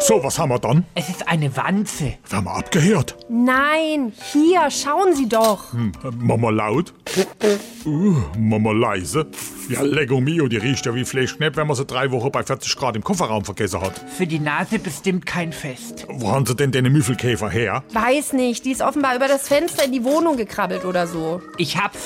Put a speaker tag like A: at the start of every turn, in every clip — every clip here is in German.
A: So, was haben wir dann?
B: Es ist eine Wanze.
A: Wir haben abgehört.
C: Nein, hier, schauen Sie doch.
A: Mama laut. Uh, Mama leise. Ja, Lego Mio, die riecht ja wie Fleischknepp, wenn man sie drei Wochen bei 40 Grad im Kofferraum vergessen hat.
B: Für die Nase bestimmt kein Fest.
A: Wo haben sie denn den Müffelkäfer her?
C: Weiß nicht, die ist offenbar über das Fenster in die Wohnung gekrabbelt oder so.
B: Ich hab's.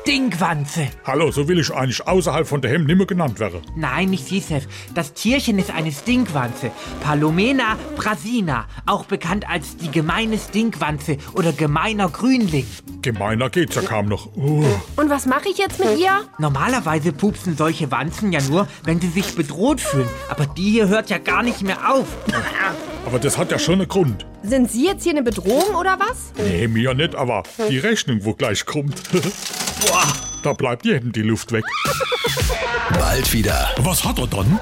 B: Stinkwanze.
A: Hallo, so will ich eigentlich außerhalb von der Hemm nimmer genannt werden.
B: Nein, nicht Josef. Das Tierchen ist eine Stinkwanze. Palomena brasina, auch bekannt als die gemeine Stinkwanze oder gemeiner Grünling.
A: Gemeiner geht's ja kaum noch. Uh,
C: Und was mache ich jetzt mit ihr?
B: Normalerweise pupsen solche Wanzen ja nur, wenn sie sich bedroht fühlen. Aber die hier hört ja gar nicht mehr auf.
A: aber das hat ja schon einen Grund.
C: Sind Sie jetzt hier eine Bedrohung oder was?
A: Nee, mir nicht, aber die Rechnung, wo gleich kommt. Boah, da bleibt jedem die Luft weg.
D: Bald wieder.
A: Was hat er dann?